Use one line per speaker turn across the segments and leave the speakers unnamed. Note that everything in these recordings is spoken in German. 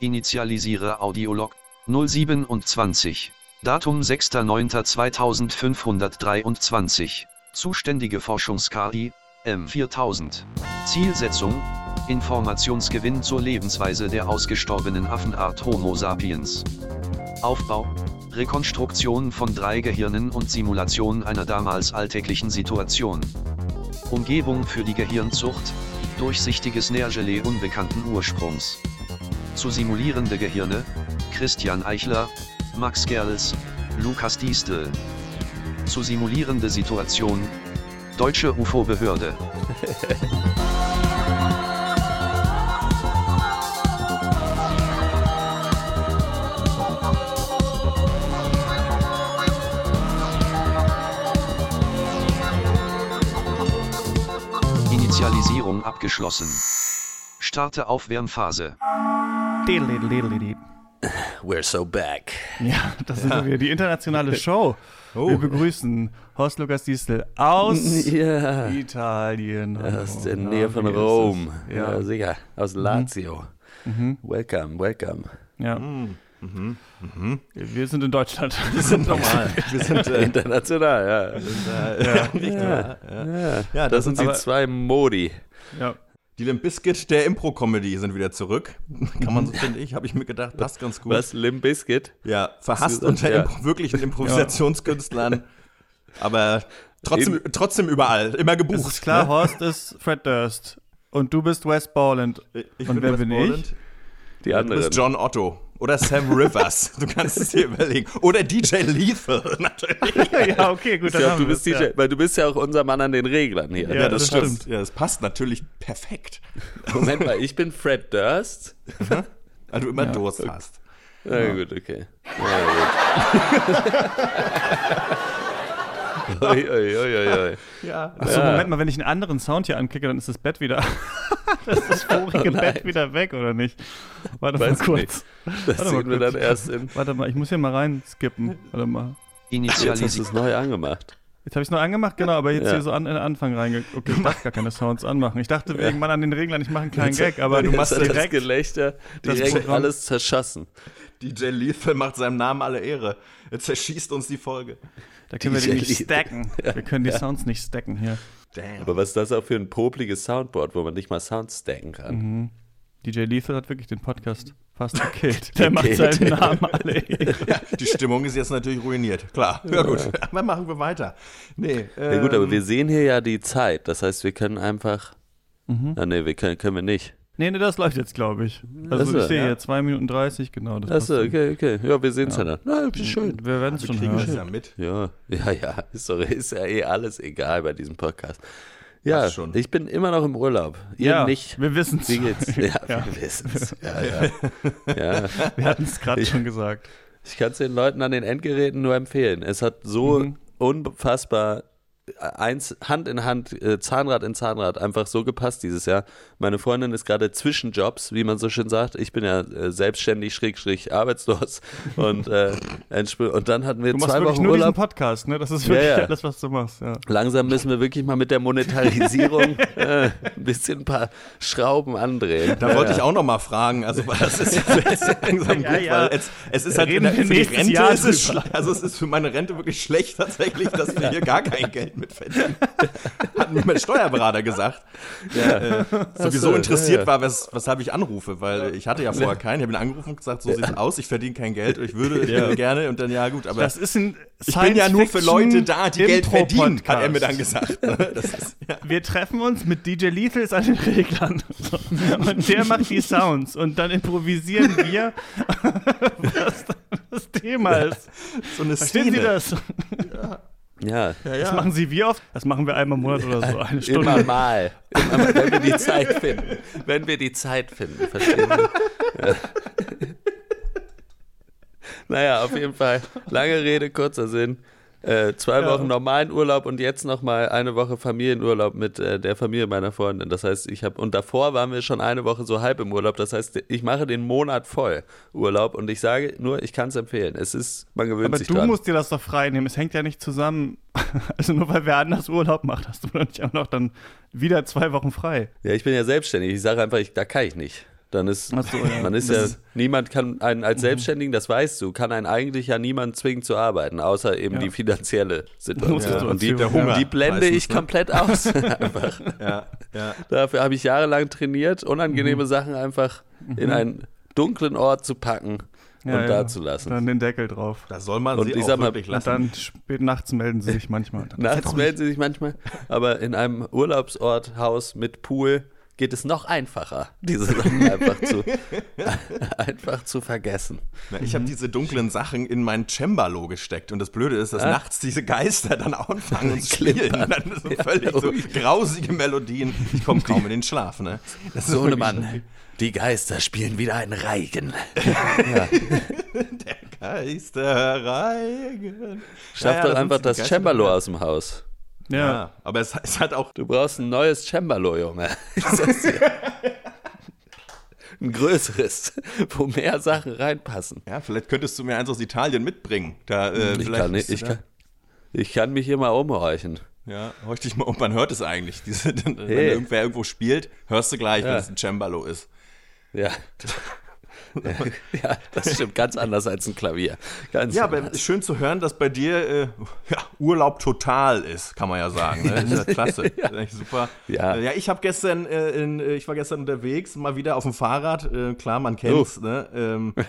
Initialisiere Audiolog 027. Datum 6.9.2523. Zuständige Forschungs-KI M4000. Zielsetzung Informationsgewinn zur Lebensweise der ausgestorbenen Affenart Homo sapiens. Aufbau Rekonstruktion von drei Gehirnen und Simulation einer damals alltäglichen Situation. Umgebung für die Gehirnzucht, durchsichtiges Nährgelee unbekannten Ursprungs. Zu simulierende Gehirne, Christian Eichler, Max Gerls, Lukas Diestel. Zu simulierende Situation, Deutsche UFO-Behörde. Initialisierung abgeschlossen. Starte Aufwärmphase.
Diddle-diddle-diddle-diddle.
We're so back.
Ja, das sind wir, die internationale Show.
Oh.
Wir begrüßen Horst Lukas Diestel aus
Ja,
Italien.
aus der
Ja,
Nähe von
Oh, wie ist
Rom.
es?
Ja.
Ja. Mhm.
sicher. Aus Lazio. Welcome, welcome.
ja. Mhm. Wir sind in Deutschland.
Wir sind normal. Wir sind, äh,
International, ja.
äh, ja, richtig normal. Ja.
Ja,
Ja,
das
das
sind
sind
die
aber-
zwei Modi.
ja.
Die Limp Bizkit der Impro-Comedy sind wieder zurück. Kann man so, finde ich, habe ich mir gedacht, passt ganz gut.
Was? Limp Bizkit?
Ja, verhasst
Das ist-
unter
ja.
Impro wirklichen Improvisationskünstlern. Aber trotzdem, trotzdem überall, immer gebucht.
Es ist klar,
ne?
Horst ist Fred Durst. Und du bist Wes Borland.
Ich
Und
bin
wer
Wes
bin ich?
Borland.
Die
Du
anderen.
bist John Otto oder Sam Rivers. Du kannst es dir überlegen. Oder DJ Lethal, natürlich.
ja, okay, gut.
Ich glaub, du
wir
bist
das,
DJ, weil du bist ja auch unser Mann an den Reglern hier.
Ja, das stimmt.
Ja, das passt natürlich perfekt.
Moment mal, ich bin Fred Durst.
Weil du immer Durst hast.
Na gut, okay. Na gut. oi, oi, oi, oi, oi.
Ja.
Achso, Also, Moment mal, wenn ich einen anderen Sound hier anklicke, dann ist das Bett wieder. das ist das vorige Bett wieder weg, oder nicht? Warte
Oh, Weiß
mal
ich
kurz.
Das
Warte mal
sehen wir
kurz.
dann erst in.
Warte mal, ich muss hier mal rein skippen. Warte mal.
Jetzt hast du
Initialisiere
es neu angemacht.
Jetzt habe ich es nur angemacht, genau, aber jetzt
Ja.
hier so an, in den Anfang reinge... Okay, ich darf gar keine Sounds anmachen. Ich dachte wegen Mann an den Reglern, ich mache einen kleinen Gag, aber du
Jetzt
machst
hat das
direkt...
Gelächter
das
direkt
Programm.
alles zerschossen.
DJ Lethal macht seinem Namen alle Ehre. Er zerschießt uns die Folge.
Da können wir die
DJ
nicht
Lied.
stacken. Wir können die Sounds nicht stacken hier.
Damn.
Aber was ist das auch für ein popliges Soundboard, wo man nicht mal Sounds stacken kann?
Mhm. DJ Lethal hat wirklich den Podcast fast gekillt. Der macht
Gekillt.
seinen Namen alle. Ehre.
Die Stimmung ist jetzt natürlich ruiniert. Klar. Ja, gut. Aber machen wir weiter. Nee.
Ja gut, aber
ähm,
wir sehen hier ja die Zeit. Das heißt, wir können einfach.
Mhm.
Ah nee, wir können, können wir nicht.
Nee, nee, das läuft jetzt, glaube ich.
Ach
Also
so,
ich sehe
ja.
hier 2 Minuten 30, genau. Das passt
Achso,
schon.
okay, okay. Ja, wir sehen es ja. dann. Na,
Mhm.
ist schön.
Wir werden es
wir
schon
kriegen das
hören.
ja mit.
Ja, ja, ja. Ist, doch, ist ja eh alles egal bei diesem Podcast. Ja,
Passt schon.
ich bin immer noch im Urlaub. Ihr
Ja,
nicht.
wir wissen's.
Wie geht's? Ja,
Ja.
wir wissen's. Ja, ja. ja.
Wir hatten es gerade schon gesagt.
Ich kann es den Leuten an den Endgeräten nur empfehlen. Es hat so
Mhm.
unfassbar äh, eins Hand in Hand, äh, Zahnrad in Zahnrad einfach so gepasst dieses Jahr. Meine Freundin ist gerade zwischen Jobs, wie man so schön sagt. Ich bin ja äh, selbstständig, schräg, schräg, arbeitslos und, äh, entsp- und dann hatten wir
Du machst
zwei
wirklich
Wochen
nur diesen
Urlaub.
Podcast, ne? Das ist wirklich
Ja, ja.
alles, was du machst. Ja.
Langsam müssen wir wirklich mal mit der Monetarisierung äh, ein bisschen ein paar Schrauben andrehen.
Da wollte ich auch noch mal fragen, also weil das ist jetzt, jetzt langsam
Ja,
gut,
ja.
weil es, es ist halt
Reden
in der,
wir
für die
nächstes
Rente
Jahr
ist es
drüber.
schlecht, also es ist für meine Rente wirklich schlecht tatsächlich, dass wir hier gar kein Geld mit verdienen. Hat mir mein Steuerberater gesagt, der äh, sowieso
so,
interessiert
ja, ja.
war, was, weshalb ich anrufe, weil ich hatte ja vorher keinen, ich habe ihn angerufen und gesagt, so sieht's aus, ich verdiene kein Geld, ich würde gerne und dann ja gut, aber
Das ist ein
ich bin ja nur für Leute da, die Geld verdienen,
Impro-Podcast.
hat er mir dann gesagt. Das ist, ja.
Wir treffen uns mit DJ Lethal ist an den Reglern. So. Und der macht die Sounds. Und dann improvisieren wir, was das Thema ist.
So eine
Verstehen Sie
Szene.
das?
Ja,
Das machen Sie wie oft? Das machen wir einmal im Monat oder so. Eine Stunde.
Äh, immer mal. Immer mal, wenn wir die Zeit finden. Wenn wir die Zeit finden, verstehen Sie? Ja. Naja, auf jeden Fall. Lange Rede, kurzer Sinn. Äh, zwei Wochen normalen Urlaub und jetzt nochmal eine Woche Familienurlaub mit äh, der Familie meiner Freundin. Das heißt, ich habe, und davor waren wir schon eine Woche so halb im Urlaub. Das heißt, ich mache den Monat voll Urlaub und ich sage nur, ich kann es empfehlen. Es ist, man gewöhnt
Aber
sich
du
dran.
musst dir das doch frei nehmen. Es hängt ja nicht zusammen. Also nur weil wer anders Urlaub macht, hast du doch nicht auch noch dann wieder zwei Wochen frei.
Ja, ich bin ja selbstständig. Ich sage einfach, ich, da kann ich nicht. Dann ist,
Ach so, ja.
man ist
Das
ja,
ist- Mhm.
niemand kann einen als Selbstständigen, das weißt du, kann einen eigentlich ja niemand zwingen zu arbeiten, außer eben
Ja.
die finanzielle Situation.
Ja.
Und die,
Der
Hunger
die blende
meistens,
ich
ne?
komplett aus. einfach.
Ja, ja.
Dafür habe ich jahrelang trainiert,
Mhm.
unangenehme Sachen einfach in einen dunklen Ort zu packen
Ja,
und
ja.
da zu lassen.
Dann den Deckel drauf.
Da soll man
Und
sie
ich
auch
sag mal,
wirklich
Und
lassen.
dann spät nachts melden sie sich manchmal. Dann
Nachts melden sie sich manchmal, aber in einem Urlaubsort, Haus mit Pool geht es noch einfacher, diese Sachen einfach zu, einfach zu vergessen.
Na, ich habe diese dunklen Sachen in mein Cembalo gesteckt und das Blöde ist, dass nachts diese Geister dann auch anfangen und spielen.
Klimpern.
Dann so
Ja,
völlig so
ui.
grausige Melodien. Ich komme kaum in den Schlaf. Ne? Das ist wirklich
Sohnemann, die Geister spielen wieder einen Reigen.
Der Geisterreigen.
Schaff
Ja, ja,
doch
das
einfach
sind die
das
Geister-
Cembalo aus dem Haus.
Ja.
Ja, aber es, es hat auch
Du brauchst ein neues Cembalo, Junge. Ich sag's dir. Ein größeres, wo mehr Sachen reinpassen.
Ja, vielleicht könntest du mir eins aus Italien mitbringen. Da, äh,
Ich
vielleicht
kann, nicht,
bist du
ich,
da.
kann, ich kann mich immer umhorchen.
Ja, horch dich mal um, man hört es eigentlich. Diese, wenn
Hey.
irgendwer irgendwo spielt, hörst du gleich,
Ja.
wenn es ein Cembalo ist.
Ja. ja. Ja, das stimmt. Ganz anders als ein Klavier. Ganz
Ja, aber
anders.
schön zu hören, dass bei dir äh, ja, Urlaub total ist, kann man ja sagen. Ne? Ist ja klasse. Ist eigentlich Super.
Ja.
Äh, ja ich habe gestern, äh, in, äh, ich war gestern unterwegs, mal wieder auf dem Fahrrad. Äh, klar, man kennt's. Ne? Ähm,
Oh.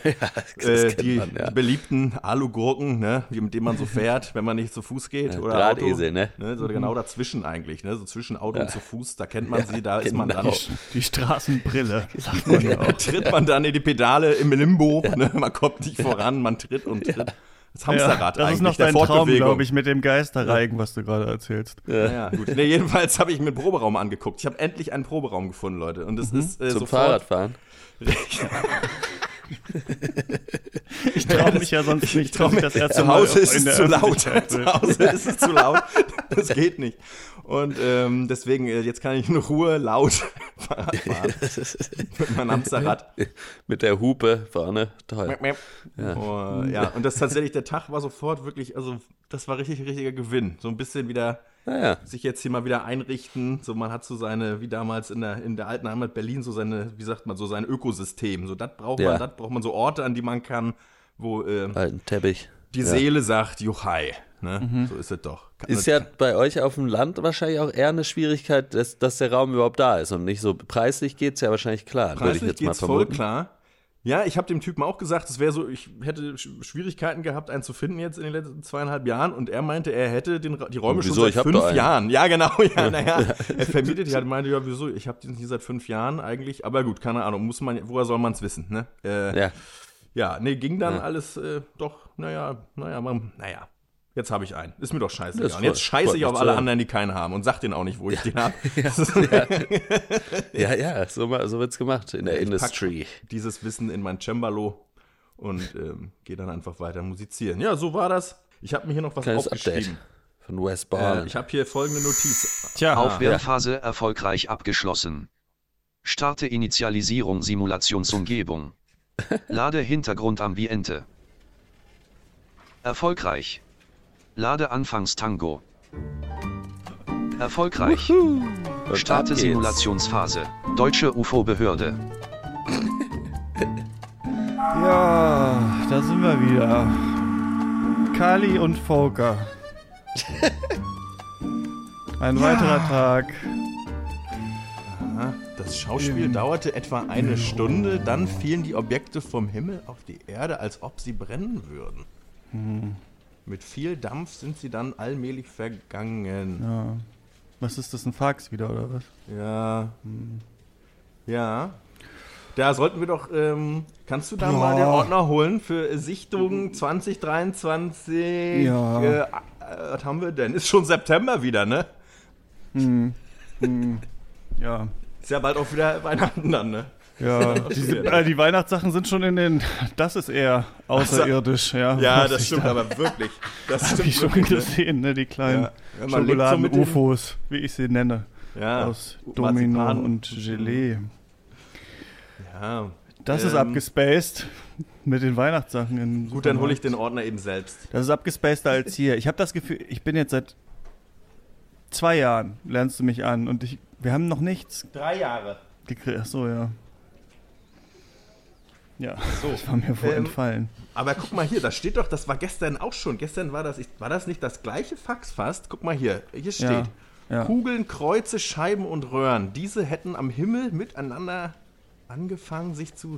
das
äh,
kennt
die,
man, ja.
die beliebten Alugurken, ne? Wie- mit denen man so fährt, wenn man nicht zu Fuß geht oder
Drahtesel,
Auto.
ne?
So genau dazwischen eigentlich, ne? So zwischen Auto und zu Fuß, da kennt man sie, da ist man
genau.
dann.
Die Straßenbrille. Sagt man ja auch.
Tritt man dann in die Pedale im Limbo, ne? man kommt nicht voran, man tritt und tritt. Das
Ja,
Hamsterrad
das
eigentlich,
ist noch
der
dein Traum,
Fortbewegung.
glaube ich, mit dem Geisterreigen, was du gerade erzählst.
Ja, ja, gut. Nee, jedenfalls habe ich mir einen Proberaum angeguckt. Ich habe endlich einen Proberaum gefunden, Leute. Und es
Mhm.
ist äh,
Zum
sofort
Fahrradfahren.
Ich traue mich ja sonst nicht,
trau
dass ich
mir-
das erste
zu
Mal
Hause ist
in
es
der
zu laut.
Öffentlichkeit
Zu
bin.
Hause ist es zu laut. Das geht nicht. Und ähm, deswegen, äh, jetzt kann ich in Ruhe laut Fahrrad fahren. Mit meinem Hamsterrad.
Mit der Hupe vorne. Toll.
Ja. Oh, ja, und das tatsächlich, der Tag war sofort wirklich, also das war richtig, richtiger Gewinn. So ein bisschen wieder
Naja.
sich jetzt hier mal wieder einrichten. So, man hat so seine, wie damals in der, in der alten Heimat Berlin, so seine, wie sagt man, so sein Ökosystem. So, das braucht
Ja.
man, das braucht man so Orte, an die man kann, wo ähm,
Alten Halt Teppich.
die Seele sagt, Juchai. Ne? So ist es doch. Kann-
Mhm. Ist ja Also bei euch auf dem Land wahrscheinlich auch eher eine Schwierigkeit, dass, dass der Raum überhaupt da ist und nicht so. Preislich geht es ja wahrscheinlich klar, würde ich
preislich
jetzt mal
geht's voll
vermuten.
klar. Ja, ich habe dem Typen auch gesagt, es wäre so, ich hätte Sch- Schwierigkeiten gehabt, einen zu finden jetzt in den letzten zweieinhalb Jahren. Und er meinte, er hätte den, Ra- die Räume
Wieso?
schon
Ich
seit
hab doch
fünf
einen.
Jahren. Ja, genau. Ja, naja, er vermietet die halt, meinte, ja, wieso? Ich habe diesen hier seit fünf Jahren eigentlich. Aber gut, keine Ahnung, muss man, woher soll man es wissen? Ne? Äh,
Ja.
Ja, nee, ging dann alles äh, doch, naja, naja, man, naja. Jetzt habe ich einen. Ist mir doch scheißegal.
Das
Und jetzt
freut-
scheiße
freut
ich
mich
auf
zu
alle
hören.
anderen, die keinen haben und sag denen auch nicht, wo ich den habe.
ja, ja, so, ma- so wird's gemacht in der
Ich pack
Industry.
dieses Wissen in mein Cembalo und ähm, gehe dann einfach weiter musizieren. Ja, so war das. Ich habe mir hier noch was
Kleines Update
aufgeschrieben.
von Westbourne.
Äh, ich habe hier folgende Notiz.
Tja,
Ah,
Aufwärmphase erfolgreich abgeschlossen. Starte Initialisierung Simulationsumgebung. Lade Hintergrundambiente. Erfolgreich. Lade Anfangstango. Erfolgreich.
Und ab
Starte
geht's.
Simulationsphase. Deutsche UFO-Behörde.
Ja, da sind wir wieder. Kali und Volker. Ein weiterer Tag.
Das Schauspiel dauerte etwa eine Stunde, dann fielen die Objekte vom Himmel auf die Erde, als ob sie brennen würden. Mit viel Dampf sind sie dann allmählich vergangen.
Ja. Was ist das, ein Fax wieder oder was?
Ja. hm. Ja. Da sollten wir doch, ähm, kannst du da mal den Ordner holen für Sichtungen 2023?
Ja.
Äh, äh, was haben wir denn? Ist schon September wieder, ne?
Ja.
Ist ja bald auch wieder Weihnachten dann, ne?
Ja, die, äh, die Weihnachtssachen sind schon in den. Das ist eher außerirdisch, ja.
Ja,
Was
das
ich
stimmt,
da-
aber wirklich. Das
Hab ich
stimmt
schon
wirklich, ne?
gesehen, ne? Die kleinen
Ja, wenn man legt so mit den-
Schokoladen-UFOs, wie ich sie nenne.
Ja.
Aus Domino
Marzipan.
und Gelee.
Ja.
Das ist
Ähm.
abgespaced mit den Weihnachtssachen. In
Gut, dann hole ich den Ordner eben selbst.
Das ist abgespaceder als hier. Ich habe das Gefühl, ich bin jetzt seit zwei Jahren, lernst du mich an. Und ich, wir haben noch nichts
Drei Jahre.
gekriegt. Achso, ja. Ja, so. das war mir wohl
Ähm,
entfallen.
Aber guck mal hier, da steht doch, das war gestern auch schon. Gestern war das, ich, war das nicht das gleiche Fax fast? Guck mal hier, hier steht.
Ja, ja.
Kugeln, Kreuze, Scheiben und Röhren. Diese hätten am Himmel miteinander angefangen, sich zu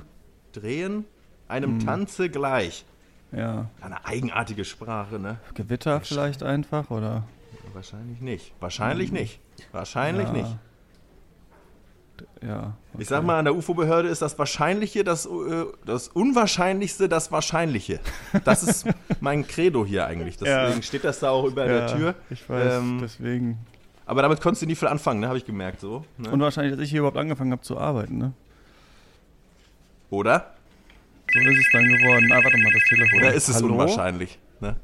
drehen. Einem
Mhm.
Tanze gleich.
Ja.
Eine eigenartige Sprache, ne?
Gewitter vielleicht einfach oder?
Wahrscheinlich nicht. Wahrscheinlich nicht. Wahrscheinlich
Mhm. Ja.
nicht.
Ja.
Ich sag mal, an der UFO-Behörde ist das Wahrscheinliche das, äh, das Unwahrscheinlichste das Wahrscheinliche. Das ist mein Credo hier eigentlich.
Ja.
Deswegen steht das da auch über der Tür.
Ich weiß,
Ähm,
deswegen.
aber damit konntest du nie viel anfangen, ne? habe ich gemerkt so. Ne?
Unwahrscheinlich, dass ich hier überhaupt angefangen habe zu arbeiten, ne?
Oder?
So ist es dann geworden. Ah, warte mal, das Telefon.
Oder ist es
Hallo?
unwahrscheinlich? Ne?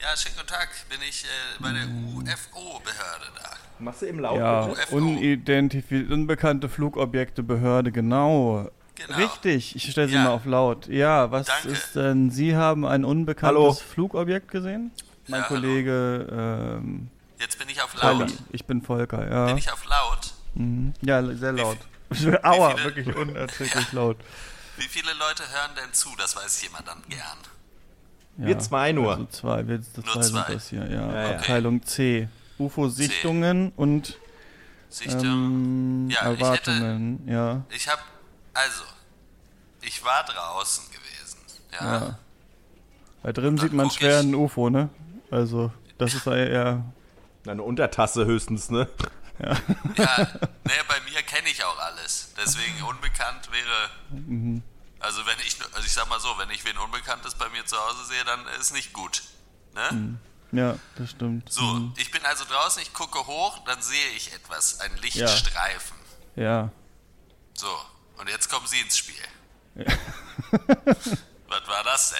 Ja, schönen guten Tag. Bin ich bei der UFO-Behörde da?
Machst du eben laut?
Ja,
UFO.
unidentifizierte, unbekannte Flugobjekte, Behörde, genau.
Genau.
Richtig, ich stelle sie
Ja.
mal auf laut. Ja, was
Danke.
ist denn? Sie haben ein unbekanntes
Hallo.
Flugobjekt gesehen? Mein
Ja, hallo.
Kollege, ähm,
Jetzt bin ich auf
Olli. Ich bin Volker, ja.
ich auf laut?
Ja, sehr laut. Aua,
viele-
wirklich unerträglich laut.
Wie viele Leute hören denn zu? Das weiß jemand dann gern.
Ja.
Wir zwei nur.
Also zwei, wir zwei,
Nur
sind
zwei.
das hier, ja.
Ja, ja.
Abteilung C. UFO-Sichtungen und ähm,
ja, ich hätte,
Erwartungen, ja.
ich hab, also, ich war draußen gewesen, ja.
Ja. Da drin sieht man
guck
schwer
ich.
ein UFO, ne? Also, das ist eher- eher.
Eine Untertasse höchstens, ne?
Ja, Ah, nee, bei mir kenne ich auch alles. Deswegen unbekannt wäre.
Mhm.
Also wenn ich, nur- also ich sag mal so, wenn ich wen Unbekanntes bei mir zu Hause sehe, dann ist nicht gut. Ne?
Mhm. Ja, das stimmt.
So, ich bin also draußen, ich gucke hoch, dann sehe ich etwas, einen Lichtstreifen.
Ja.
So, und jetzt kommen Sie ins Spiel. Was war das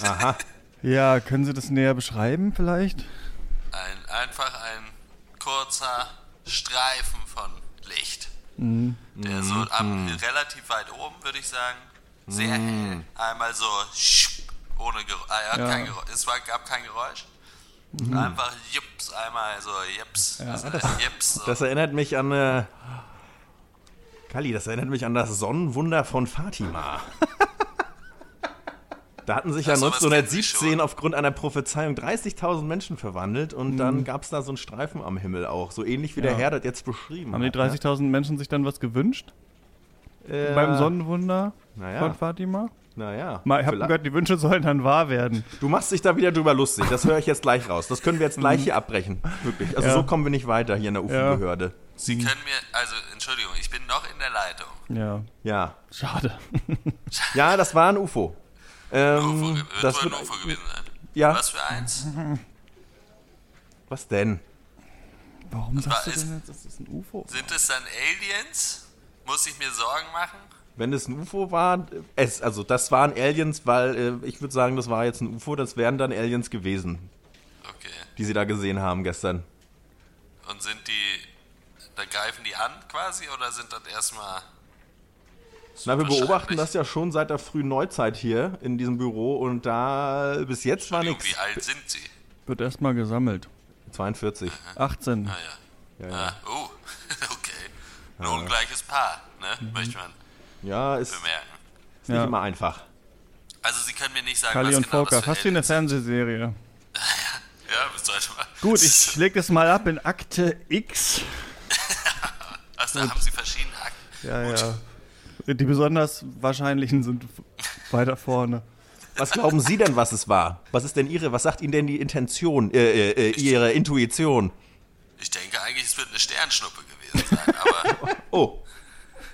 denn?
Aha.
Ja, können Sie das näher beschreiben, vielleicht?
Ein, einfach ein kurzer Streifen von Licht.
Mhm.
Der so am, relativ weit oben, würde ich sagen.
Mhm.
Sehr hell. Einmal so schupp, ohne Geräusch. Ah, er hat
Ja.
kein Geräusch. Es war, gab kein Geräusch. Einfach jups, einmal so jups. also, jups so.
Mhm. Das erinnert mich an. Äh, Kalli, das erinnert mich an das Sonnenwunder von Fatima. Da hatten sich ja
Ach so, was kennen Sie
1917
schon.
aufgrund einer Prophezeiung 30.000 Menschen verwandelt und dann gab es da so einen Streifen am Himmel auch, so ähnlich wie der
Mhm. Ja.
Herr das jetzt beschrieben
Haben die
hat.
30.000 Menschen sich dann was gewünscht?
ne? äh,
Beim Sonnenwunder
naja.
von Fatima?
Naja,
Mal, ich habe
vielleicht-
gehört, die Wünsche sollen dann wahr werden.
du machst dich da wieder drüber lustig, das höre ich jetzt gleich raus. Das können wir jetzt gleich hier abbrechen, wirklich. Also
Mhm. Ja.
so kommen wir nicht weiter hier in der UFO-Behörde.
Sie können mir, also Entschuldigung, ich bin noch in der Leitung.
Ja,
Ja.
schade.
ja, das war ein UFO. Ähm,
UFO, ge- wird
das
wohl
wird,
ein UFO gewesen sein.
ja,
Was für eins?
was denn?
Warum sagst du
ist-
denn jetzt, das ist ein UFO?
Sind es dann Aliens? Muss ich mir Sorgen machen?
Wenn es ein UFO war, es, also das waren Aliens, weil äh, ich würde sagen, das war jetzt ein UFO, das wären dann Aliens gewesen,
Okay.
die sie da gesehen haben gestern.
Und sind die. Da greifen die an quasi oder sind das erstmal.
Na, wir
Wahrscheinlich.
beobachten das ja schon seit der frühen Neuzeit hier in diesem Büro und da äh, bis jetzt war
Ah,
Entschuldigung,
nichts.
Wie alt sind sie?
Wird erstmal gesammelt.
42.
18.
Ah ja.
Ja,
Ah,
ja.
oh, okay.
Ah,
Ein ungleiches Paar, ne?
Mhm.
Möchte man
ja ist,
bemerken.
ist nicht
Ja.
immer einfach.
Also sie können mir nicht sagen,
Kali
was
und
genau
Volker,
das
fast
für
wie eine
Aliens.
Fernsehserie.
Ja, das sollte man.
Gut, ich leg das mal ab in Akte X.
Also da haben sie verschiedene Akten.
Ja, ja. Die besonders wahrscheinlichen sind f- weiter vorne.
Was glauben Sie denn, was es war? Was ist denn Ihre, was sagt Ihnen denn die Intention, äh, äh, äh, Ihre Intuition?
Ich denke eigentlich, es wird eine Sternschnuppe gewesen sein, aber,
Oh,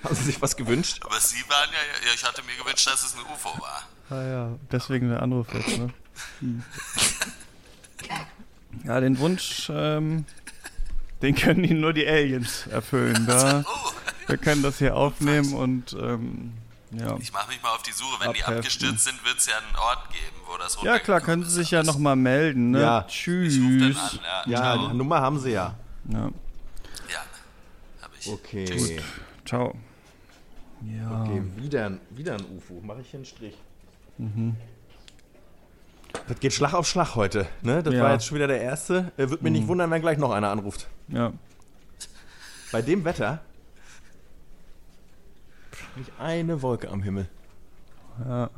haben Sie sich was gewünscht?
aber sie waren ja, ja. Ich hatte mir gewünscht, dass es ein UFO war.
Ah ja, deswegen der Anruf jetzt, ne? Hm. Ja, den Wunsch, ähm, den können Ihnen nur die Aliens erfüllen. Da,
Oh,
wir können das hier aufnehmen und ähm, ja.
ich mache mich mal auf die Suche. Wenn die
Abheften.
abgestürzt sind, wird es ja einen Ort geben, wo das
Ja klar, können Sie sich ja nochmal melden, ne?
Ja.
Tschüss.
Ich ruf dann an, ja.
Ja,
ciao.
die Nummer haben Sie ja.
Ja.
Ja, habe ich.
Okay.
Tschüss.
Ciao. Ja.
Okay, wieder, ein- wieder ein UFO. Mache ich hier einen Strich.
Mhm.
Das geht Schlag auf Schlag heute. Ne? Das
Ja. Mhm.
war jetzt schon wieder der erste. Äh, Würde mich nicht wundern, wenn gleich noch einer anruft.
Ja.
Bei dem Wetter. Nicht eine Wolke am Himmel.
Ja.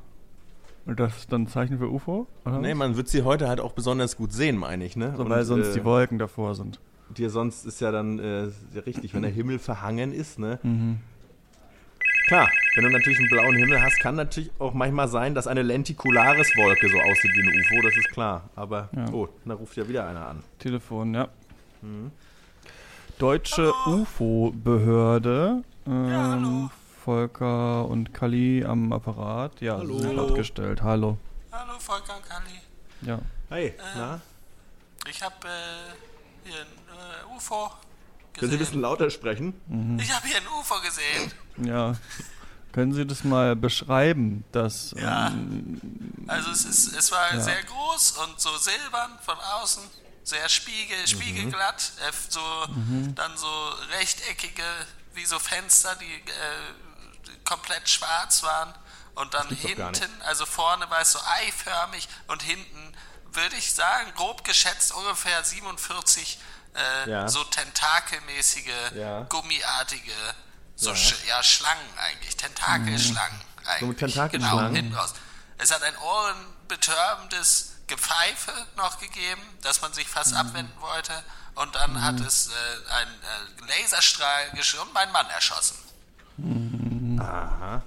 Und das ist dann ein Zeichen für UFO? Oder?
Nee, man wird sie heute halt auch besonders gut sehen, meine ich, ne?
so, weil
Und,
sonst
äh,
die Wolken davor sind.
dir sonst ist ja dann äh, ja richtig, wenn der Himmel verhangen ist, ne?
Mhm.
Klar, wenn du natürlich einen blauen Himmel hast, kann natürlich auch manchmal sein, dass eine Lenticularis-Wolke so aussieht wie ein UFO, das ist klar. Aber,
Ja.
oh, da ruft ja wieder einer an.
Telefon, ja.
Mhm.
Deutsche UFO-Behörde. Ähm, Volker und Kali am Apparat. Ja, Hallo. sind
Hallo.
abgestellt. Hallo.
Hallo Volker und Kalli.
Ja.
Hey,
Ah,
na?
Ich habe äh, hier ein äh, UFO
Können Sie ein bisschen
gesehen.
lauter sprechen?
Mhm.
Ich habe hier ein UFO gesehen.
Ja. Können Sie das mal beschreiben, das
Ja.
ähm,
Also es, ist, es war sehr groß und so silbern von außen, sehr spiegel, spiegelglatt, äh, so
Mhm.
dann so rechteckige, wie so Fenster, die äh, die komplett schwarz waren und dann
gibt's doch gar
hinten, also vorne war es so eiförmig und hinten würde ich sagen, grob geschätzt ungefähr 47 äh,
Ja.
so tentakelmäßige,
Ja.
gummiartige, so Sch ja, Schlangen eigentlich, Tentakelschlangen eigentlich.
So mit
Genau,
Tentakelschlangen.
hinten raus. Es hat ein ohrenbetörbendes Gepfeife noch gegeben, dass man sich
Mhm.
fast abwenden wollte. Und dann hat es äh, einen äh, Laserstrahl geschirmt und meinen Mann erschossen.
ja.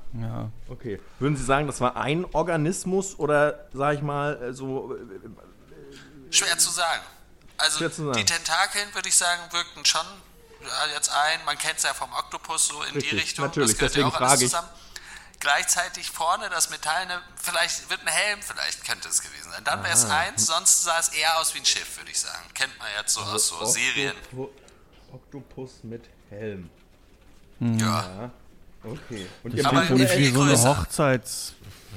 Okay. Würden Sie sagen, das war ein Organismus oder, sag ich mal, äh, so. äh,
Schwer zu sagen. Also
Schwer zu sagen.
die Tentakeln, würde ich sagen, wirkten schon ja, jetzt ein. Man kennt es ja vom Oktopus so in die
Richtig,
Richtung.
natürlich,
das gehört
deswegen
ja auch alles
frage ich.
zusammen. Gleichzeitig vorne das Metallene, vielleicht wird ein Helm, vielleicht könnte es gewesen sein. Dann wäre es eins, sonst sah es eher aus wie ein Schiff, würde ich sagen. Kennt man jetzt so
Also
aus so Serien.
Oktopu- Oktopus mit Helm.
Ja,
Okay. Und
Das
Ihr
Aber
klingt für mich
viel
wie so eine
größer.
Hochzeitsprozess,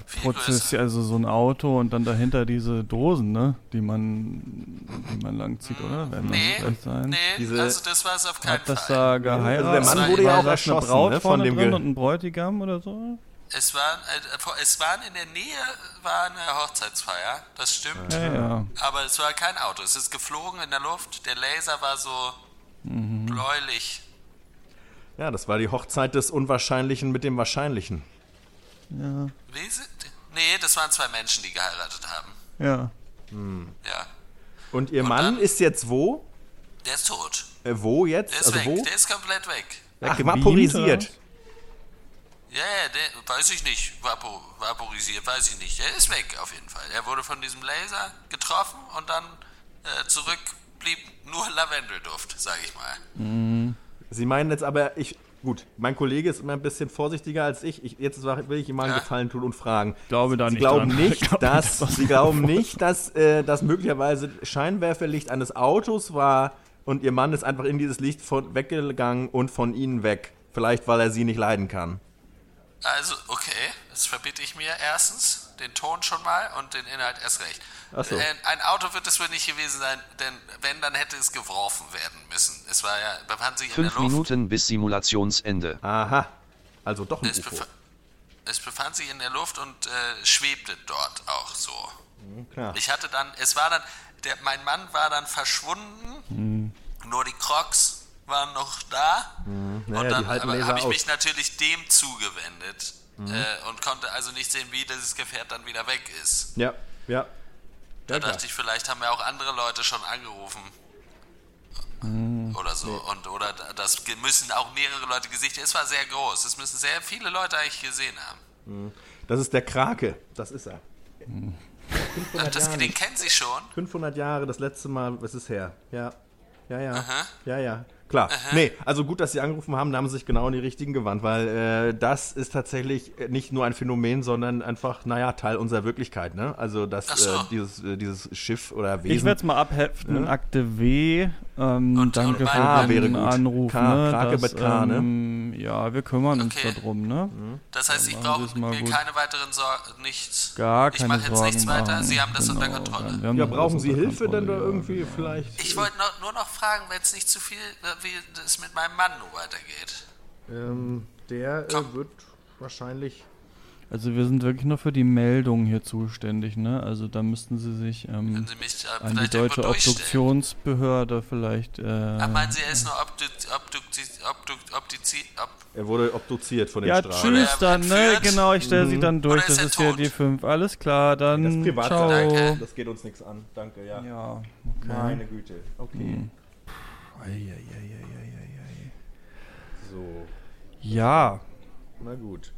viel größer.
also so ein Auto und dann dahinter diese Dosen, ne? Die man, die man langzieht, oder? Werden das
Nee,
vielleicht sein?
nee
Diese-
also das war es auf keinen
Hat das
Fall.
da geheiratet?
Also der
Mann wurde
ja
War
auch
das eine
erschossen,
Braut
ne, von
vorne
dem
drin
Ge-
und ein Bräutigam oder so?
Es waren, äh, vor- es waren in der Nähe war eine Hochzeitsfeier, das stimmt.
Ja, ja.
Aber es war kein Auto. Es ist geflogen in der Luft. Der Laser war so bläulich.
Ja, das war die Hochzeit des Unwahrscheinlichen mit dem Wahrscheinlichen.
Ja.
Wie sind, nee, das waren zwei Menschen, die geheiratet haben.
ja.
Ja.
Und Ihr Mann
dann-
ist jetzt wo?
Der ist tot.
Äh, wo jetzt?
Der ist
also
weg.
wo?
Der ist komplett weg.
Ach,
Weggebeamt,
vaporisiert.
Ja, ja, der, weiß ich nicht. Vapo, vaporisiert, weiß ich nicht. Er ist weg auf jeden Fall. Er wurde von diesem Laser getroffen und dann äh, zurück blieb nur Lavendelduft, sag ich mal.
Sie meinen jetzt aber, ich. Gut, mein Kollege ist immer ein bisschen vorsichtiger als ich. ich jetzt sag- will ich ihm mal einen
Ja.
Gefallen tun und fragen.
Glaube da
Sie
nicht
glauben
dran.
nicht,
Glaube
dass,
nicht, dass-
Sie glauben nicht, dass äh, das möglicherweise Scheinwerferlicht eines Autos war und Ihr Mann ist einfach in dieses Licht von, weggegangen und von Ihnen weg. Vielleicht, weil er Sie nicht leiden kann.
Also, okay, das verbiete ich mir erstens, den Ton schon mal und den Inhalt erst recht.
Ach so.
Äh, Ein Auto wird es wohl nicht gewesen sein, denn wenn, dann hätte es geworfen werden müssen. Es war ja, befand sich in der
Fünf
Luft.
Minuten bis Simulationsende.
Aha. Also doch ein
Es,
UFO.
befa es befand sich in der Luft und äh, schwebte dort auch so.
Klar.
Ich hatte dann, es war dann, der, mein Mann war dann verschwunden, nur die Crocs waren noch da. und
Naja, Mhm. die
dann
halten
aber
Laser Mhm.
habe ich
aus.
mich natürlich dem zugewendet äh, und konnte also nicht sehen, wie dieses Gefährt dann wieder weg ist.
Ja, ja.
Da dachte ich, vielleicht haben ja auch andere Leute schon angerufen.
Mhm.
Oder so. Und oder da- das ge- müssen auch mehrere Leute Gesichter. Es war sehr groß. Es müssen sehr viele Leute eigentlich gesehen haben.
Das ist der Krake. Das ist er. 500
Das,
Jahre,
den kennen sie schon.
500 Jahre, das letzte Mal, was ist her? Ja, ja, ja, ja, ja. Klar. Nee, also gut, dass Sie angerufen haben, da haben Sie sich genau in die richtigen gewandt, weil äh, das ist tatsächlich äh, nicht nur ein Phänomen, sondern einfach, naja, Teil unserer Wirklichkeit, ne? Also, dass
Ach so.
äh, dieses, äh, dieses Schiff oder
Ich
Wesen.
werde es mal abheften in Akte W. Ähm,
Und-
danke
und
für
K
wäre
den
gut.
Anruf.
K,
ne,
Krake
dass,
mit K, ne? Mhm.
ähm, Ja, wir kümmern uns
Okay.
darum, ne?
Das heißt, ich
machen Sie
brauche
es mal
mir
gut.
keine weiteren Sorgen. Nichts.
Gar
ich
keine
mache jetzt
Sorgen
nichts weiter.
machen.
Sie haben das unter
Genau,
Kontrolle.
wir haben
ja,
das
brauchen
alles
Sie
unter
Hilfe denn da
Kontrolle, ja.
irgendwie vielleicht?
Ich wollte noch, nur noch fragen, wenn es nicht zu viel, äh, wie es mit meinem Mann nur weitergeht.
Ähm, der äh, wird wahrscheinlich
Also wir sind wirklich nur für die Meldung hier zuständig, ne? Also da müssten Sie sich ähm,
Können Sie mich äh,
an die
vielleicht irgendwo
deutsche
durchstellen?
Obduktionsbehörde vielleicht. Äh,
Ah, meinen Sie, er ist nur obduziert? Obduziert? Obduziert? Obduziert? Ob
Er wurde obduziert von den
ja,
Strahlen.
tschüss dann, ne?
entführt?
Genau, ich stelle
Mhm.
Sie dann durch.
Oder ist
Das
er
ist ja
tot?
die 5. Alles klar, dann.
Das ist
ciao.
Privatsache.
Danke.
Das geht uns nichts an. Danke, ja.
Ja, okay.
Meine Güte. Okay.
Eieieiei.
So,
Ja,
na gut.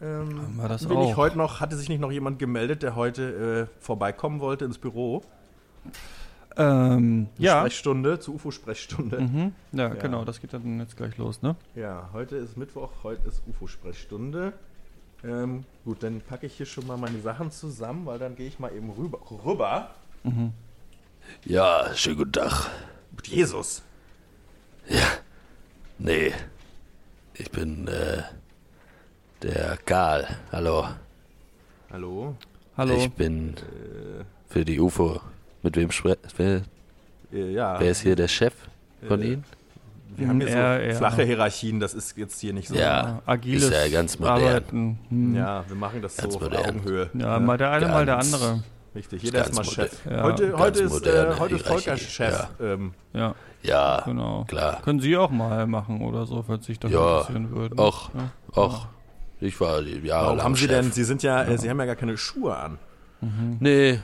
haben wir das
Ähm, Bin ich
auch.
heute noch, hatte sich nicht noch jemand gemeldet, der heute äh, vorbeikommen wollte ins Büro?
Ähm, ja.
Sprechstunde, zur UFO-Sprechstunde.
Mhm. ja, genau, das geht dann jetzt gleich los, ne?
Ja, heute ist Mittwoch, heute ist UFO-Sprechstunde. Ähm, gut, dann packe ich hier schon mal meine Sachen zusammen, weil dann gehe ich mal eben rüber. rüber.
Ja, schönen guten Tag.
Jesus!
Nee, ich bin äh, der Karl. Hallo.
Hallo?
Hallo.
Ich bin für die UFO. Mit wem spricht? Wer,
Äh, ja,
wer ist hier der Chef von
Äh,
Ihnen?
wir haben hier so
Ja, ja.
flache Hierarchien, das ist jetzt hier nicht so.
Ja,
Ah, Agiles
ist ja ganz modern.
Arbeiten. Hm.
Ja, wir machen das
Ganz
so auf
modern.
Augenhöhe.
Ja, mal der eine, mal der
Ganz-
andere.
Richtig, jeder ist
Ganz
mal
modern.
Chef.
Ja,
heute,
ganz
heute, ist, äh,
moderne
heute ist Volker
Hierarchie,
Chef. Ähm,
Ja,
Ja,
genau.
klar.
Können Sie auch mal machen oder so, falls sich das
Ja,
interessieren würde.
och, och. Ich war jahrelang
warum haben Sie
Chef.
denn, Sie sind ja, äh, Sie haben ja gar keine Schuhe an.
Nee,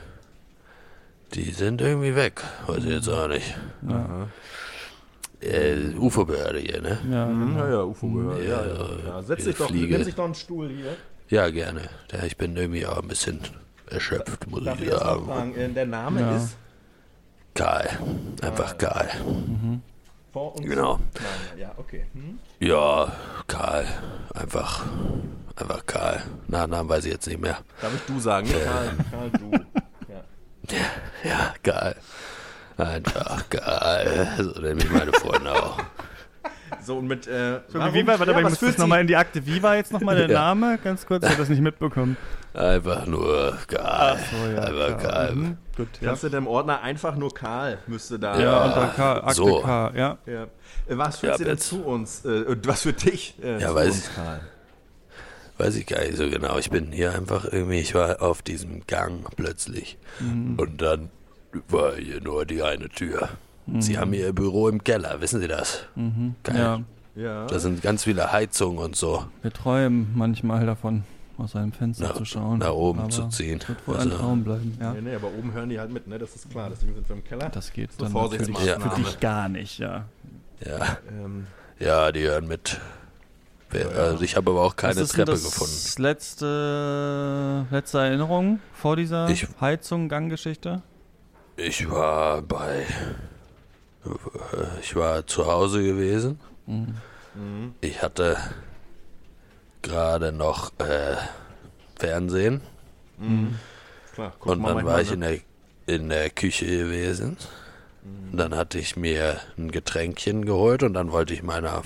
die sind irgendwie weg. Weiß ich jetzt auch nicht. Äh, UFO-Behörde hier, ne?
Ja,
Mhm. Ja, ja, UFO gehört. Ja, ja, ja. Setz dich doch,
Fliege.
nimm sich doch einen Stuhl hier.
Ja, gerne. Ja, ich bin irgendwie auch ein bisschen erschöpft, muss
Darf ich
ich
jetzt noch
sagen.
fragen, äh, der Name
Ja.
ist
Geil. Einfach geil.
vor uns.
Genau.
Name, ja, okay. Hm?
Ja, Karl. Einfach. Einfach Karl. Nachnamen weiß ich jetzt nicht mehr.
Darf ich du sagen? Karl, Karl, du. Ja.
Ja, geil. Einfach geil. So nenne ich meine Freunde auch.
So, und mit, äh,
Warum? Wie war, warte, mal, ich muss
was
das
fühlt
nochmal in die Akte. Wie war jetzt nochmal der
Ja.
Name? Ganz kurz, ich habe das nicht mitbekommen.
Einfach nur geil. Einfach geil.
Mhm. Gut, ja.
Kannst du dem Ordner einfach nur Karl müsste da.
Ja, unter K, Akte
so.
K, ja.
Ja. Äh, Was fühlt
Ja,
sie denn
Benz.
zu uns? Äh, und was für dich? Äh,
Ja,
zu
weiß
uns,
ich.
Karl?
Weiß ich gar nicht so genau. Ich bin hier einfach irgendwie, ich war auf diesem Gang plötzlich.
Mhm.
Und dann war hier nur die eine Tür. Sie haben hier ihr Büro im Keller, wissen Sie das? Geil.
Mhm. Ja,
Ja.
Da sind ganz viele Heizungen und so
wir träumen manchmal davon, aus einem Fenster
Na-
zu schauen.
nach oben
aber
zu ziehen. Also,
Wird wohl ein Traum bleiben, ja.
Nee, nee, aber oben hören die halt mit, ne? Das ist klar. Deswegen sind wir im Keller.
Das geht
eine
dann natürlich
Ja.
für
Vorsichtsmaßnahme.
dich gar nicht, ja.
ja,
Ähm,
ja, die hören mit. Wer- Also ich habe aber auch keine
Was ist denn
Treppe
das
gefunden.
Letzte, letzte Erinnerung vor dieser
Ich-
Heizung, Ganggeschichte?
Ich war bei. Ich war zu Hause gewesen.
Mhm.
Ich hatte gerade noch äh, Fernsehen.
klar, guck
Und
mal
dann
manchmal,
war ich in
ne?
der, in der Küche gewesen.
Mhm.
Und dann hatte ich mir ein Getränkchen geholt und dann wollte ich meiner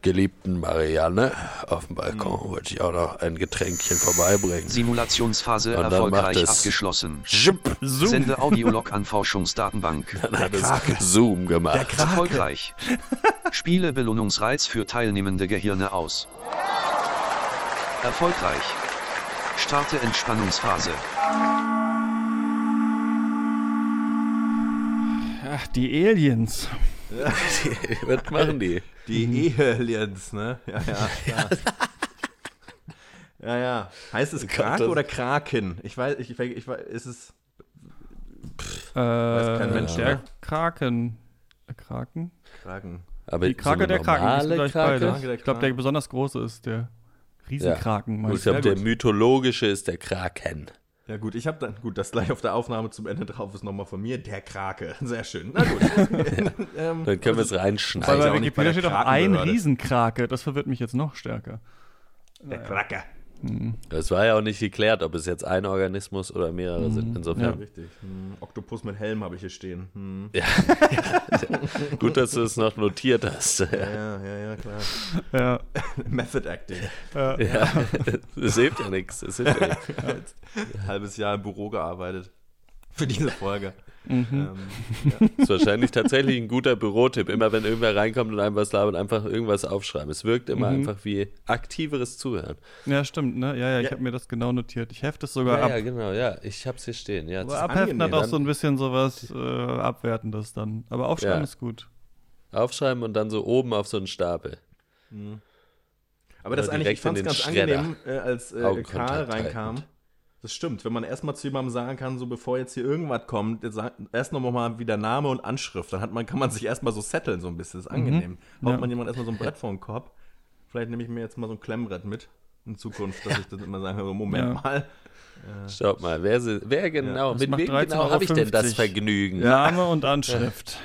geliebten Marianne auf dem Balkon,
Mhm.
wollte ich auch noch ein Getränkchen vorbeibringen.
Simulationsphase
Und dann macht
erfolgreich
es-
abgeschlossen.
Schipp,
Sende Audiolog an Forschungsdatenbank.
dann hat es Zoom gemacht.
Erfolgreich. Spiele Belohnungsreiz für teilnehmende Gehirne aus. Erfolgreich. Starte Entspannungsphase.
Ach, die Aliens.
Was machen die?
Die Aliens, ne? Ja, ja. Klar. ja, ja. Heißt es Krake
das-
oder Kraken? Ich weiß, ich, ich, ich weiß, ist es.
Äh, Weiß
kein Mensch
der
mehr.
Kraken. Der Kraken?
Kraken.
Aber
Die Krake,
Äh, eine
der Kraken. Die sind
normale
gleich
Krake?
beide.
Krake, der
Ich glaube, der besonders große ist der Riesenkraken.
Gut,
meinst
ich
du?
glaube, der mythologische ist der Kraken.
Ja, gut, ich habe dann, gut, das gleich auf der Aufnahme zum Ende drauf ist nochmal von mir. Der Krake. Sehr schön. Na gut. ähm,
Dann können wir
Weil
weiß
es
bei
auch
reinschneiden.
nicht bei
Wikipedia
der
steht auch ein
Krakenbehörde.
Riesenkrake. Das verwirrt mich jetzt noch stärker.
der Krake.
Es war ja auch nicht geklärt, ob es jetzt ein Organismus oder mehrere
Mhm.
sind. Insofern
Richtig. Hm, Oktopus mit Helm habe ich hier stehen. Hm.
gut, dass du es noch notiert hast. Ja,
Ja, ja, ja, klar.
Ja.
Method Acting.
es hilft ja nichts. Es hilft ja nichts.
Halbes Jahr im Büro gearbeitet. Für diese Folge.
Mhm.
Ähm, ja.
Ist wahrscheinlich tatsächlich ein guter Bürotipp. Immer wenn irgendwer reinkommt und einem was labert, einfach irgendwas aufschreiben. Es wirkt immer
Mhm.
einfach wie aktiveres Zuhören.
Ja, stimmt, ne? Ja, ja, ich habe mir das genau notiert. Ich hefte es sogar
Ja,
ab.
ja, genau, ja. Ich hab's hier stehen. Ja,
Aber
das-
abheften hat
angenehm.
auch so ein bisschen sowas äh, Abwertendes dann. Aber aufschreiben
Ja.
ist gut.
aufschreiben und dann so oben auf so einen Stapel.
Aber das eigentlich, ich
Oder Äh, direkt in
fand es
den
ganz
Schredder.
angenehm, äh, als äh,
Augenkontakt
Karl reinkam.
haltend.
Das stimmt, wenn man erstmal zu jemandem sagen kann, so bevor jetzt hier irgendwas kommt, jetzt sag- erst noch mal wieder Name und Anschrift, dann hat man, kann man sich erstmal so setteln so ein bisschen,
Mhm.
das ist angenehm. Haut
Ja.
man jemand erstmal so ein Brett vor den Kopf, vielleicht nehme ich mir jetzt mal so ein Klemmbrett mit in Zukunft, dass ich das immer sage, so, Moment
Ja.
mal.
Schaut mal, wer, si- wer genau,
das
mit
macht
wem genau habe ich denn das
13,50.
Vergnügen?
Name und Anschrift.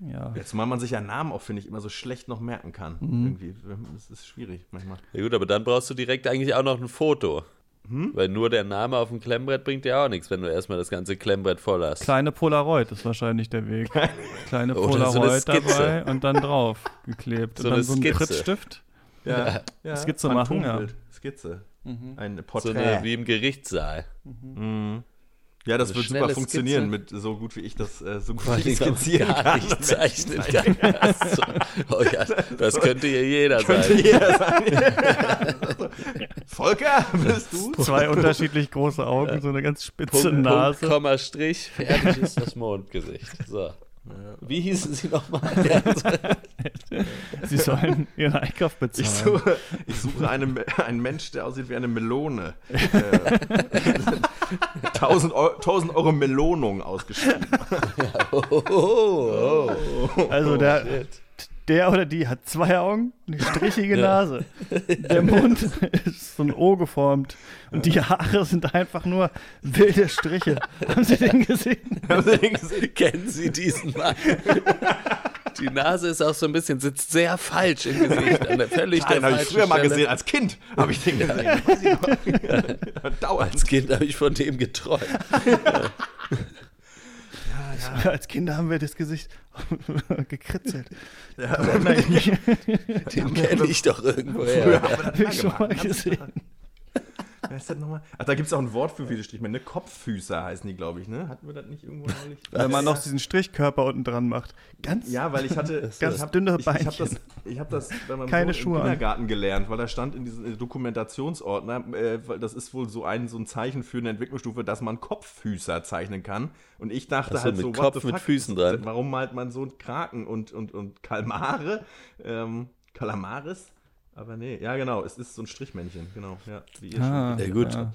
ja.
Zumal man sich ja Namen auch, finde ich, immer so schlecht noch merken kann.
Mhm.
Irgendwie, das ist schwierig manchmal.
Ja gut, aber dann brauchst du direkt eigentlich auch noch ein Foto. Weil nur der Name auf dem Klemmbrett bringt dir auch nichts, wenn du erstmal das ganze Klemmbrett voll hast.
Kleine Polaroid ist wahrscheinlich der Weg. Kleine
Oder so eine
Polaroid
Skizze.
dabei und dann drauf geklebt.
So
und dann
eine
so ein
Skizze.
Prittstift.
Ja, ja.
Skizze machen,
Phantombild, Skizze. Ein
Mhm. so
Porträt.
eine, wie im Gerichtssaal.
Ja, das wird
Eine Also schnelle
super funktionieren mit so gut wie ich das äh, so gut wie ich
Weil
skizzieren
gar
kann.
nicht zeichnen kann. So. Oh ja, das könnte hier jeder
Könnte
sein.
jeder sein. Volker, bist du?
Zwei unterschiedlich große Augen, so eine ganz spitze
Punkt, Punkt,
Nase.
Komma, Strich, fertig ist das Mondgesicht. So. Wie hießen sie nochmal? Ja, so.
Sie sollen ihren Einkauf bezahlen.
Ich suche, ich suche einen, einen Mensch, der aussieht wie eine Melone. Äh, 1000, Euro, 1000 Euro Melonung ausgeschrieben.
oh, oh, oh,
Also der, der oder die hat zwei Augen, eine strichige Nase. Der Mund ist so ein O geformt. Und die Haare sind einfach nur wilde Striche. Haben Sie den gesehen?
Haben Sie den gesehen?
Kennen Sie diesen Mann? Die Nase ist auch so ein bisschen, sitzt sehr falsch im Gesicht. An der völlig
Den
der
habe ich
falschen
früher mal
Stelle.
gesehen, als Kind habe ich den gesehen. Weiß ich noch. Dauernd.
Als Kind habe ich von dem geträumt.
Als Kinder haben wir das Gesicht gekritzelt.
Den kenne ich doch irgendwoher.
Früher haben wir
Hab
das
ich schon
immer
mal
gemacht.
gesehen.
Wer ist das nochmal? Ach, da gibt es auch ein Wort für viele Strichmännchen. Ne? Kopffüßer heißen die, glaube ich, ne? Hatten wir das nicht irgendwo neulich?
Wenn man noch diesen Strichkörper unten dran macht. Ganz
Ja, weil ich hatte
Ganz
ich hab,
dünne
ich, ich hab das,
Beinchen.
ich hab das bei meinem
Keine
Sohn
Schuhe
im
an.
Kindergarten gelernt, weil da stand in diesem äh, Dokumentationsordner, äh, weil das ist wohl so ein, so ein Zeichen für eine Entwicklungsstufe, dass man Kopffüßer zeichnen kann. Und ich dachte
Ach so,
halt
mit
so,
Kopf, mit Füßen dran.
Warum malt man so einen Kraken und, und, und Kalmare, ähm, Kalamaris? Aber nee, ja genau, es ist so ein Strichmännchen, genau, ja, wie ihr
Ah,
Ja, gut.
ja.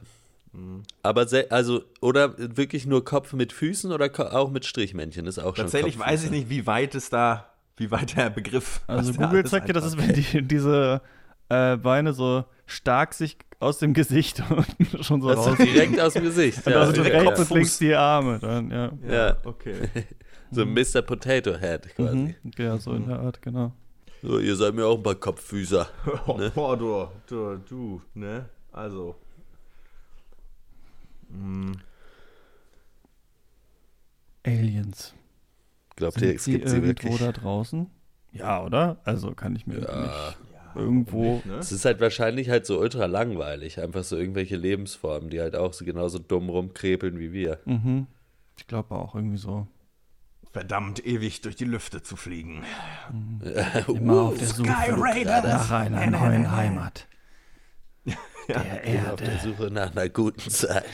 Aber se- also, oder wirklich nur Kopf mit Füßen oder ko auch mit Strichmännchen ist auch schon.
Tatsächlich
Kopf.
weiß ich nicht, wie weit es da, wie weit der Begriff.
Also
was da
Google
alles
zeigt dir, dass es,
einfach-
wenn die, diese äh, Beine so stark sich aus dem Gesicht und schon so
Das
raus.
ist direkt aus dem Gesicht. ja,
also so
direkt.
rechts und
Kopffuß.
links die Arme dann, ja.
Ja.
Okay.
So ein Mr. Potato Head quasi.
Mhm. Ja, so in der Art, genau.
So, ihr seid mir auch ein paar Kopffüßer.
Oh, Boah, du, du, du, ne? Also.
Aliens.
Glaubt ihr,
Sind
es
sie
gibt sie
irgendwo
wirklich?
da draußen? Ja, oder? Also kann ich mir nicht irgendwo.
Ne?
Es ist halt wahrscheinlich halt so ultra langweilig. Einfach so irgendwelche Lebensformen, die halt auch so genauso dumm rumkrepeln wie wir.
Mhm. Ich glaube auch irgendwie so.
Verdammt ewig durch die Lüfte zu fliegen.
Immer auf der Suche nach einer neuen Heimat. Der
Auf
Erde.
der Suche nach einer guten Zeit.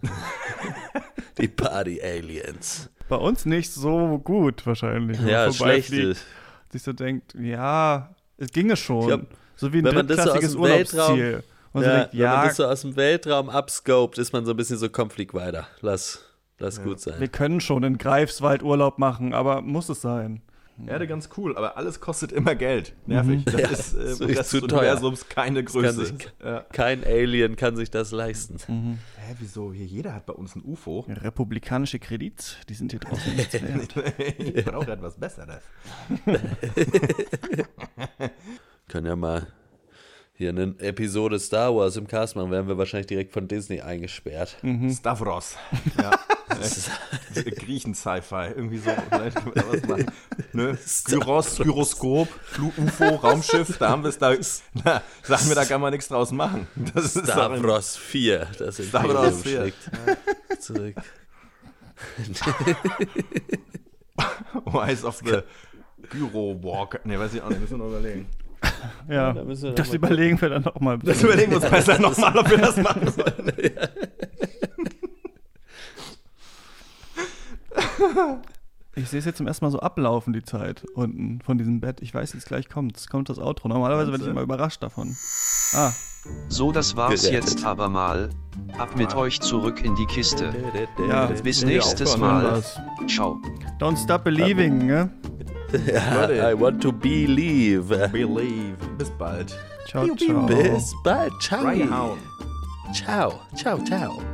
Die Party Aliens.
Bei uns nicht so gut wahrscheinlich. wenn man
Ja,
vorbeifliegt,
schlechte.
Sich so denkt, ja, es ginge schon.
Ich glaub,
so wie ein
wenn man das so aus
drittklassiges
dem
Urlaubsziel.
Weltraum-
Und so
ja,
denkt,
wenn man
ja,
das so aus dem Weltraum abscoped, ist man so ein bisschen so Konflikt weiter. Lass, lass gut
wir
sein.
können schon in Greifswald Urlaub machen, aber muss es sein?
Erde ganz cool, aber alles kostet immer Geld. Nervig. Das
Ja,
ist
das
äh,
ist
im Rest
zu
des
teuer.
Universums keine
kann
Größe.
sich-
Ja.
Kein Alien kann sich das leisten.
Mhm.
Hä, wieso? Hier, jeder hat bei uns ein UFO.
Republikanische Kredits, die sind hier draußen nichts wert.
ich brauche etwas Besseres.
Können ja mal hier eine Episode Star Wars im Cast machen, werden wir wahrscheinlich direkt von Disney eingesperrt.
Stavros. Ja. Griechen-Sci-Fi. Irgendwie so. Vielleicht können wir da was machen. Ne? Gyros, Gyroskop, Flu- UFO, Raumschiff. Da haben wir es da. Na, sagen wir, da kann man nichts draus machen. Das ist doch-
Stavros 4, das ist
Stavros 4.
zurück.
Rise of the Gyro Walker. Ne, weiß ich auch nicht, müssen wir noch überlegen.
Ja,
da müssen wir noch
das
mal
überlegen wir dann nochmal.
Das überlegen wir uns besser nochmal, ob wir das machen sollen.
Ich sehe es jetzt zum ersten Mal so ablaufen, die Zeit unten von diesem Bett. Ich weiß, jetzt gleich kommt's. Kommt das Outro. Normalerweise werde ich immer überrascht davon. Ah,
So, das war's
Gerettet.
jetzt aber mal. Ab mit euch zurück in die Kiste.
Ja,
Bis
Ja,
nächstes
aufhören.
Mal.
war's.
Ciao.
Don't stop believing, ne?
Ja, I want to believe.
Believe. Bis bald.
Ciao, ciao.
Bis bald.
Right
Ciao.
now.
Ciao. Ciao, ciao.